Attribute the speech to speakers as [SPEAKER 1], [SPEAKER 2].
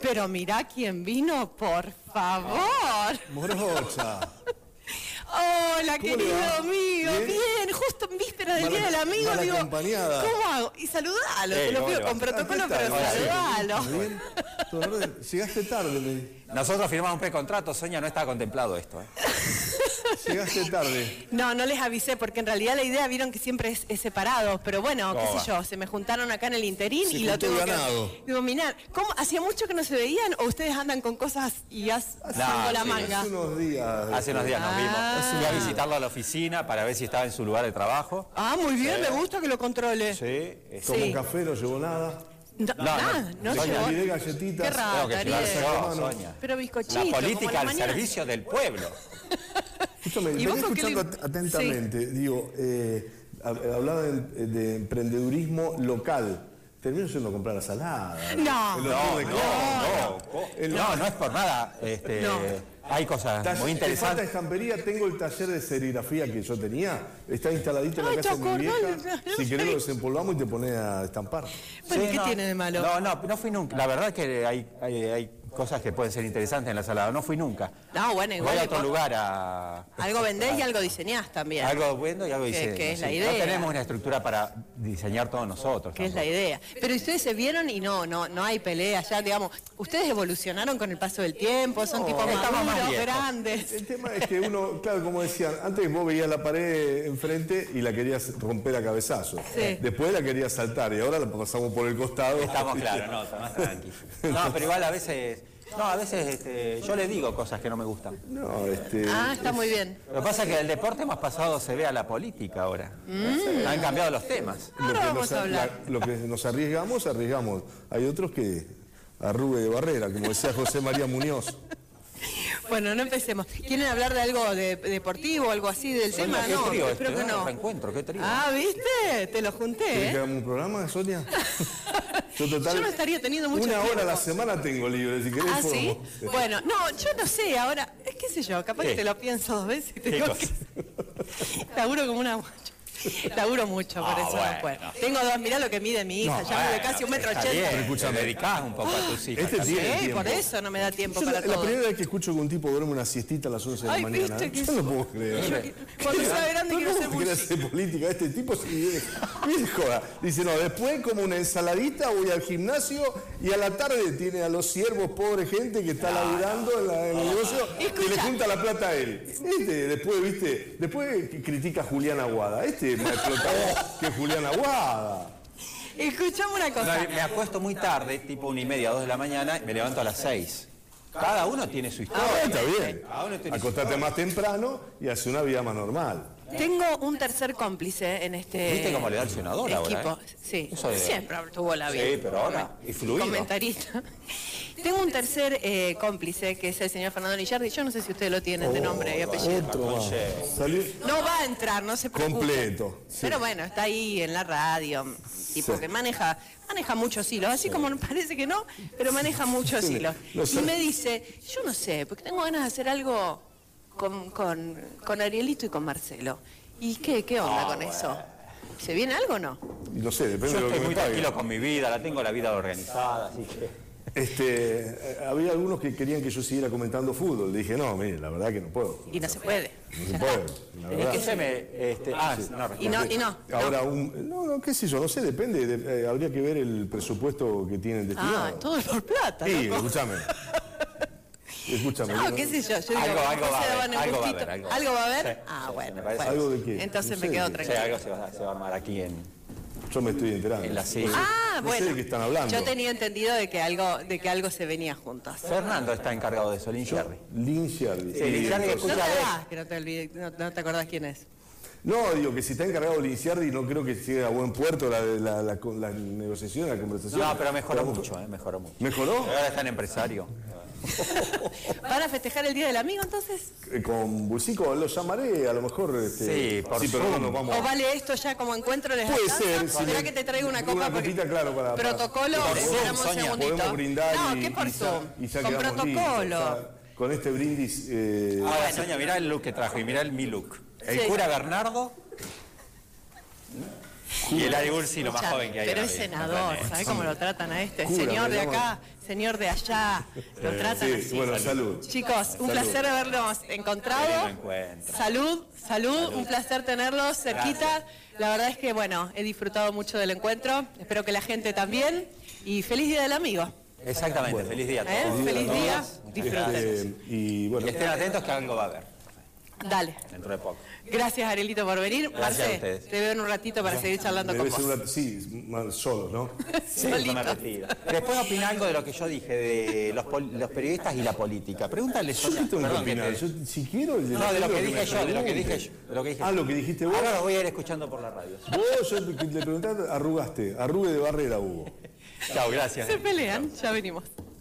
[SPEAKER 1] Pero mirá quién vino, por favor.
[SPEAKER 2] Morocha.
[SPEAKER 1] Hola,
[SPEAKER 2] ¿Cómo le
[SPEAKER 1] querido
[SPEAKER 2] va?
[SPEAKER 1] amigo.
[SPEAKER 2] ¿Bien?
[SPEAKER 1] Bien. justo en víspera del
[SPEAKER 2] Mal-
[SPEAKER 1] Día del Amigo,
[SPEAKER 2] mal
[SPEAKER 1] digo,
[SPEAKER 2] acompañada.
[SPEAKER 1] ¿cómo hago? Y saludalo,
[SPEAKER 3] Ey,
[SPEAKER 1] te lo
[SPEAKER 3] Eh, ¿cómo
[SPEAKER 1] pido
[SPEAKER 3] le va?
[SPEAKER 1] con protocolo,
[SPEAKER 2] Acá está,
[SPEAKER 1] pero
[SPEAKER 2] ahora sí.
[SPEAKER 1] saludalo.
[SPEAKER 2] Muy bien. Todo en orden. Llegaste tarde, me di.
[SPEAKER 3] Nosotros firmamos un precontrato, Sonia, no estaba contemplado esto. ¿eh?
[SPEAKER 2] Llegaste tarde.
[SPEAKER 1] No, no les avisé, porque en realidad la idea vieron que siempre es, es separado, pero bueno, qué
[SPEAKER 3] ¿Cómo
[SPEAKER 1] sé
[SPEAKER 3] va?
[SPEAKER 1] yo, se me juntaron acá en el interín
[SPEAKER 2] Se
[SPEAKER 1] y lo
[SPEAKER 2] juntó el
[SPEAKER 1] tuve
[SPEAKER 2] ganado.
[SPEAKER 1] que dominar. ¿Cómo? ¿Hacía mucho que no se veían o ustedes andan con cosas y has sacando la
[SPEAKER 3] sí,
[SPEAKER 1] manga?
[SPEAKER 2] Hace unos días.
[SPEAKER 3] Hace unos días nos vimos.
[SPEAKER 1] Ah.
[SPEAKER 3] Fui a visitarlo a la oficina para ver si estaba en su lugar de trabajo.
[SPEAKER 1] Ah, muy bien, me gusta que lo controle.
[SPEAKER 3] Sí, este,
[SPEAKER 2] Como
[SPEAKER 1] Sí.
[SPEAKER 2] un café, no llevó nada.
[SPEAKER 1] No,
[SPEAKER 3] No,
[SPEAKER 1] nada, no,
[SPEAKER 3] no, Sonia,
[SPEAKER 1] llegó.
[SPEAKER 2] tiré galletitas.
[SPEAKER 1] Qué
[SPEAKER 3] tengo
[SPEAKER 1] raro,
[SPEAKER 3] que llevar
[SPEAKER 1] Ariel.
[SPEAKER 3] yo,
[SPEAKER 2] Hermano.
[SPEAKER 3] Sonia.
[SPEAKER 1] Pero bizcochito.
[SPEAKER 3] La
[SPEAKER 1] como a
[SPEAKER 3] política al
[SPEAKER 1] mañana.
[SPEAKER 3] servicio del pueblo.
[SPEAKER 2] Escúchame,
[SPEAKER 1] ¿Y
[SPEAKER 2] venía
[SPEAKER 1] vos con qué
[SPEAKER 2] escuchando
[SPEAKER 1] le-
[SPEAKER 2] at- atentamente. Digo, eh, hab- hablaba de, de emprendedurismo local. Termino yendo a comprar ensalada.
[SPEAKER 1] No.
[SPEAKER 2] El
[SPEAKER 3] No,
[SPEAKER 2] horno de clavo.
[SPEAKER 3] no, no. No, no es por nada. este,
[SPEAKER 1] No.
[SPEAKER 3] Hay cosas
[SPEAKER 2] Taller-
[SPEAKER 3] muy
[SPEAKER 2] te falta
[SPEAKER 3] interesantes.
[SPEAKER 2] estampería, tengo el taller de serigrafía que yo tenía, está instaladito en
[SPEAKER 1] Ay,
[SPEAKER 2] la casa
[SPEAKER 1] te
[SPEAKER 2] de mi
[SPEAKER 1] acordás,
[SPEAKER 2] vieja.
[SPEAKER 1] no, no,
[SPEAKER 2] Si querés
[SPEAKER 1] no.
[SPEAKER 2] lo desempolvamos y te pones a estampar.
[SPEAKER 1] Bueno,
[SPEAKER 3] Sí,
[SPEAKER 1] ¿qué
[SPEAKER 3] no.
[SPEAKER 1] tiene de malo?
[SPEAKER 3] No, no, no fui nunca. La verdad es que hay, hay- hay cosas que pueden ser interesantes en la salada. No fui nunca.
[SPEAKER 1] No, bueno, igual
[SPEAKER 3] Voy a
[SPEAKER 1] le
[SPEAKER 3] otro
[SPEAKER 1] pon-
[SPEAKER 3] lugar a...
[SPEAKER 1] Algo vendés y algo diseñás también.
[SPEAKER 3] Algo bueno y algo
[SPEAKER 1] Que-
[SPEAKER 3] diseño.
[SPEAKER 1] que es la
[SPEAKER 3] sí.
[SPEAKER 1] idea.
[SPEAKER 3] No tenemos una estructura para diseñar todos nosotros.
[SPEAKER 1] Que es la
[SPEAKER 3] tampoco.
[SPEAKER 1] idea. Pero ustedes se vieron y no, no, no hay pelea ya, digamos. Ustedes evolucionaron con el paso del tiempo, son tipos
[SPEAKER 3] estamos más
[SPEAKER 1] maduros,
[SPEAKER 3] viejos.
[SPEAKER 1] grandes.
[SPEAKER 2] El tema es que uno, claro, como decían, antes vos veías la pared enfrente y la querías romper a cabezazo.
[SPEAKER 1] Sí.
[SPEAKER 2] Después la querías saltar y ahora la pasamos por el costado.
[SPEAKER 3] Estamos claros, no, está más tranqui. No, pero igual a veces... No, a veces este, yo le digo cosas que no me gustan.
[SPEAKER 2] No, este.
[SPEAKER 1] Ah, está muy bien.
[SPEAKER 3] Lo que pasa es que del deporte más pasado se ve a la política ahora.
[SPEAKER 1] Mm.
[SPEAKER 3] Han cambiado los temas.
[SPEAKER 1] Ahora
[SPEAKER 2] que
[SPEAKER 1] vamos
[SPEAKER 2] nos,
[SPEAKER 1] a
[SPEAKER 2] la-
[SPEAKER 1] hablar.
[SPEAKER 2] lo que nos arriesgamos, arriesgamos. Hay otros que arrugue de barrera, como decía José María Muñoz.
[SPEAKER 1] Bueno, no empecemos. ¿Quieren hablar de algo de- deportivo, algo así del tema?
[SPEAKER 3] qué
[SPEAKER 1] No,
[SPEAKER 3] trío este,
[SPEAKER 1] creo que
[SPEAKER 3] ¿no?
[SPEAKER 1] no.
[SPEAKER 3] Reencuentro, qué trío.
[SPEAKER 1] Ah, ¿viste? Te lo junté,
[SPEAKER 2] ¿Querés que
[SPEAKER 1] ¿eh?
[SPEAKER 2] hagamos un programa, Sonia? Yo, total,
[SPEAKER 1] Yo no estaría teniendo mucho
[SPEAKER 2] Una hora a la
[SPEAKER 1] tiempo.
[SPEAKER 2] semana tengo libre, si querés.
[SPEAKER 1] Ah, sí.
[SPEAKER 2] podemos.
[SPEAKER 1] Bueno, no, yo no sé, ahora, es qué sé yo, capaz que
[SPEAKER 3] ¿Qué?
[SPEAKER 1] te lo pienso dos veces y te
[SPEAKER 3] ¿Qué
[SPEAKER 1] digo
[SPEAKER 3] cosa?
[SPEAKER 1] que- Laburo como una guacha. Laburo mucho, por
[SPEAKER 3] Ah,
[SPEAKER 1] eso
[SPEAKER 3] bueno.
[SPEAKER 1] no puedo. Tengo dos, mirá lo que mide mi hija, ya mide casi un metro
[SPEAKER 3] ah, está
[SPEAKER 1] ochenta.
[SPEAKER 3] bien,
[SPEAKER 2] Escúchame.
[SPEAKER 3] te dedicás un poco a tus hijas.
[SPEAKER 2] Este
[SPEAKER 3] está
[SPEAKER 2] tiene
[SPEAKER 3] bien.
[SPEAKER 1] Eh,
[SPEAKER 2] tiempo.
[SPEAKER 1] por eso no me da tiempo
[SPEAKER 2] Yo la,
[SPEAKER 1] para
[SPEAKER 2] la
[SPEAKER 1] todo.
[SPEAKER 2] primera vez que escucho que un tipo duerme una siestita a las 11 de la
[SPEAKER 1] Ay,
[SPEAKER 2] mañana.
[SPEAKER 1] viste que
[SPEAKER 2] Yo no puedo
[SPEAKER 1] Yo
[SPEAKER 2] creer.
[SPEAKER 1] que- cuando sea grande quiero ser
[SPEAKER 2] ¿Cómo quiere
[SPEAKER 1] músico.
[SPEAKER 2] hacer política este tipo? Sí, eh. Mire, joda. Dice, no, después como una ensaladita voy al gimnasio y a la tarde tiene a los siervos, pobre gente que está laburando en, la- en el negocio y le
[SPEAKER 1] Escucha.
[SPEAKER 2] junta la plata a él. Este, después, viste, después critica a Julián Aguada. Este es más explotador que Julián Aguada.
[SPEAKER 1] Escuchame una cosa.
[SPEAKER 3] No, me acuesto muy tarde, tipo una y media, dos de la mañana, y me levanto a las seis. Cada uno tiene su historia.
[SPEAKER 2] Ah, está bien.
[SPEAKER 3] Cada uno tiene su
[SPEAKER 2] Acostate más temprano y hace una vida más normal.
[SPEAKER 1] Tengo un tercer cómplice en este
[SPEAKER 3] ¿Viste cómo le da el senador ahora,
[SPEAKER 1] equipo.
[SPEAKER 3] eh?
[SPEAKER 1] Sí,
[SPEAKER 3] Eso de-
[SPEAKER 1] siempre tuvo la vida.
[SPEAKER 3] Sí, pero ahora, y fluido.
[SPEAKER 1] Comentarista. Tengo un tercer eh, cómplice que es el señor Fernando Lillardi. Yo no sé si ustedes lo tienen
[SPEAKER 3] Oh,
[SPEAKER 1] de nombre y apellido.
[SPEAKER 2] Otro más. Salí-
[SPEAKER 1] No va a entrar, no se preocupe.
[SPEAKER 2] Completo, sí.
[SPEAKER 1] Pero bueno, está ahí en la radio, tipo
[SPEAKER 2] Sí.
[SPEAKER 1] que maneja, maneja muchos hilos, así como parece que no, pero maneja muchos
[SPEAKER 2] Sí,
[SPEAKER 1] hilos.
[SPEAKER 2] lo
[SPEAKER 1] Y
[SPEAKER 2] sé.
[SPEAKER 1] me dice, yo no sé, porque tengo ganas de hacer algo con, con, con Arielito y con Marcelo. ¿Y qué, qué onda
[SPEAKER 3] Ah,
[SPEAKER 1] con eso? ¿Se viene algo o no?
[SPEAKER 2] No sé, depende
[SPEAKER 3] Yo
[SPEAKER 2] de lo que
[SPEAKER 3] estoy
[SPEAKER 2] me
[SPEAKER 3] muy
[SPEAKER 2] paguen.
[SPEAKER 3] tranquilo con mi vida, la tengo la vida organizada, así que...
[SPEAKER 2] Este, eh, había algunos que querían que yo siguiera comentando fútbol. Le dije, no, mire, la verdad que no puedo.
[SPEAKER 1] Y no se puede.
[SPEAKER 2] No se puede, la
[SPEAKER 3] Es que
[SPEAKER 2] verdad.
[SPEAKER 3] se me... este, ah, no,
[SPEAKER 1] Y no, y no.
[SPEAKER 2] Ahora, un, no, no, qué sé yo, no sé, depende. de- eh, habría que ver el presupuesto que tienen destinado.
[SPEAKER 1] Ah, todo por plata.
[SPEAKER 2] Sí,
[SPEAKER 1] loco.
[SPEAKER 2] escúchame. Escúchame.
[SPEAKER 1] No,
[SPEAKER 2] yo-
[SPEAKER 1] qué sé yo, yo digo,
[SPEAKER 3] Algo-
[SPEAKER 1] como
[SPEAKER 3] algo va
[SPEAKER 1] se
[SPEAKER 3] a haber,
[SPEAKER 1] daban el
[SPEAKER 3] algo va a
[SPEAKER 1] gustito.
[SPEAKER 3] haber, algo va a
[SPEAKER 1] ¿Algo va a haber?
[SPEAKER 3] Sí,
[SPEAKER 1] ah,
[SPEAKER 3] sí,
[SPEAKER 1] bueno.
[SPEAKER 3] me parece.
[SPEAKER 1] bueno.
[SPEAKER 2] ¿Algo de qué?
[SPEAKER 1] Entonces
[SPEAKER 2] No
[SPEAKER 1] me
[SPEAKER 2] sé.
[SPEAKER 1] quedo
[SPEAKER 2] Sí,
[SPEAKER 3] Sí,
[SPEAKER 1] tranquila.
[SPEAKER 3] algo se va, se va a armar aquí en...
[SPEAKER 2] Yo me estoy enterando.
[SPEAKER 3] En la silla.
[SPEAKER 2] No sé-
[SPEAKER 1] Ah,
[SPEAKER 2] no sé
[SPEAKER 1] bueno.
[SPEAKER 2] de qué están hablando.
[SPEAKER 1] Yo tenía entendido de que algo, de que algo se venía juntos.
[SPEAKER 3] Fernando está encargado de eso, Lin Sherry.
[SPEAKER 2] Lin Sherry.
[SPEAKER 3] Sí, Lin Sherry
[SPEAKER 1] No te
[SPEAKER 3] escucha a
[SPEAKER 1] acordás, que no te, olvide- no- no te acordás quién es.
[SPEAKER 2] No, digo que si está encargado Linciardi no creo que llegue a buen puerto la, la, la- la negociación, la conversación.
[SPEAKER 3] No, pero mejoró mucho, eh, mejoró mucho.
[SPEAKER 2] ¿Mejoró?
[SPEAKER 3] Ahora está en empresario.
[SPEAKER 1] ¿Van a festejar el Día del Amigo entonces?
[SPEAKER 2] Eh, Con Busico lo llamaré, a lo mejor. este,
[SPEAKER 3] Sí, por
[SPEAKER 2] pero no
[SPEAKER 3] Zoom.
[SPEAKER 2] nos vamos.
[SPEAKER 1] ¿O vale esto ya como encuentro? ¿Les
[SPEAKER 2] Puede
[SPEAKER 1] alcanza?
[SPEAKER 2] ser. si
[SPEAKER 1] ¿Será
[SPEAKER 2] le-
[SPEAKER 1] que te traigo una copa? Porque-
[SPEAKER 2] copita, claro, para, para-
[SPEAKER 1] Protocolo,
[SPEAKER 2] Por Zoom,
[SPEAKER 1] esperamos un
[SPEAKER 3] Sonia,
[SPEAKER 1] segundito.
[SPEAKER 2] Podemos brindar.
[SPEAKER 1] No,
[SPEAKER 2] y-
[SPEAKER 1] ¿qué por
[SPEAKER 2] y ya-
[SPEAKER 1] Zoom?
[SPEAKER 2] y ya
[SPEAKER 1] Con
[SPEAKER 2] quedamos lindos,
[SPEAKER 1] protocolo.
[SPEAKER 2] ya con este brindis. eh,
[SPEAKER 3] Ahora, Sonia, mirá el look que trajo y mirá el mi look. El
[SPEAKER 1] Sí.
[SPEAKER 3] cura Bernardo Y el Ari Ursi, lo más
[SPEAKER 1] Escuchame,
[SPEAKER 3] joven que hay.
[SPEAKER 1] Pero
[SPEAKER 3] ahora
[SPEAKER 1] es
[SPEAKER 3] mismo,
[SPEAKER 1] senador,
[SPEAKER 3] también.
[SPEAKER 1] ¿sabes cómo lo tratan a este?
[SPEAKER 2] Júrame,
[SPEAKER 1] señor de
[SPEAKER 2] vamos.
[SPEAKER 1] acá, señor de allá, lo tratan
[SPEAKER 2] Eh, sí,
[SPEAKER 1] así.
[SPEAKER 2] bueno, salud.
[SPEAKER 1] Chicos, un placer haberlos
[SPEAKER 3] Querido
[SPEAKER 1] encontrado.
[SPEAKER 3] encuentro.
[SPEAKER 1] Salud, salud, un placer tenerlos cerquita. La verdad es que, bueno, he disfrutado mucho del encuentro. Espero que la gente también. Y feliz Día del Amigo.
[SPEAKER 3] Exactamente, feliz día a
[SPEAKER 1] ¿eh?
[SPEAKER 3] todos.
[SPEAKER 1] Feliz
[SPEAKER 2] a
[SPEAKER 1] día,
[SPEAKER 2] todos.
[SPEAKER 1] disfruten.
[SPEAKER 2] Este, y bueno,
[SPEAKER 3] Y estén atentos que algo va a haber
[SPEAKER 1] Dale.
[SPEAKER 3] dentro de poco.
[SPEAKER 1] Gracias, Arielito, por venir.
[SPEAKER 3] Gracias a
[SPEAKER 1] Marce,
[SPEAKER 3] ustedes.
[SPEAKER 1] te veo en un ratito para seguir charlando con
[SPEAKER 2] debe
[SPEAKER 1] vos.
[SPEAKER 2] ser una- sí, más solo, ¿no?
[SPEAKER 3] Sí,
[SPEAKER 1] Solito.
[SPEAKER 3] una mentira. Después opina algo de lo que yo dije de los, pol- los periodistas y la política. Pregúntale,
[SPEAKER 2] Yo qué tengo
[SPEAKER 3] Sonia.
[SPEAKER 2] que
[SPEAKER 3] Perdón que
[SPEAKER 2] opinar.
[SPEAKER 3] te-
[SPEAKER 2] Yo, si quiero,
[SPEAKER 3] No, de lo
[SPEAKER 2] quiero
[SPEAKER 3] que
[SPEAKER 2] me
[SPEAKER 3] dije yo, de lo que
[SPEAKER 2] pregunte.
[SPEAKER 3] dije yo. de lo que dije
[SPEAKER 2] Ah,
[SPEAKER 3] yo.
[SPEAKER 2] lo que dijiste vos.
[SPEAKER 3] Ahora los voy a ir escuchando por la radio.
[SPEAKER 2] Vos, yo te, le preguntaste, arrugaste, arrugue de barrera hubo.
[SPEAKER 3] Chao, gracias.
[SPEAKER 1] Se pelean, ya venimos.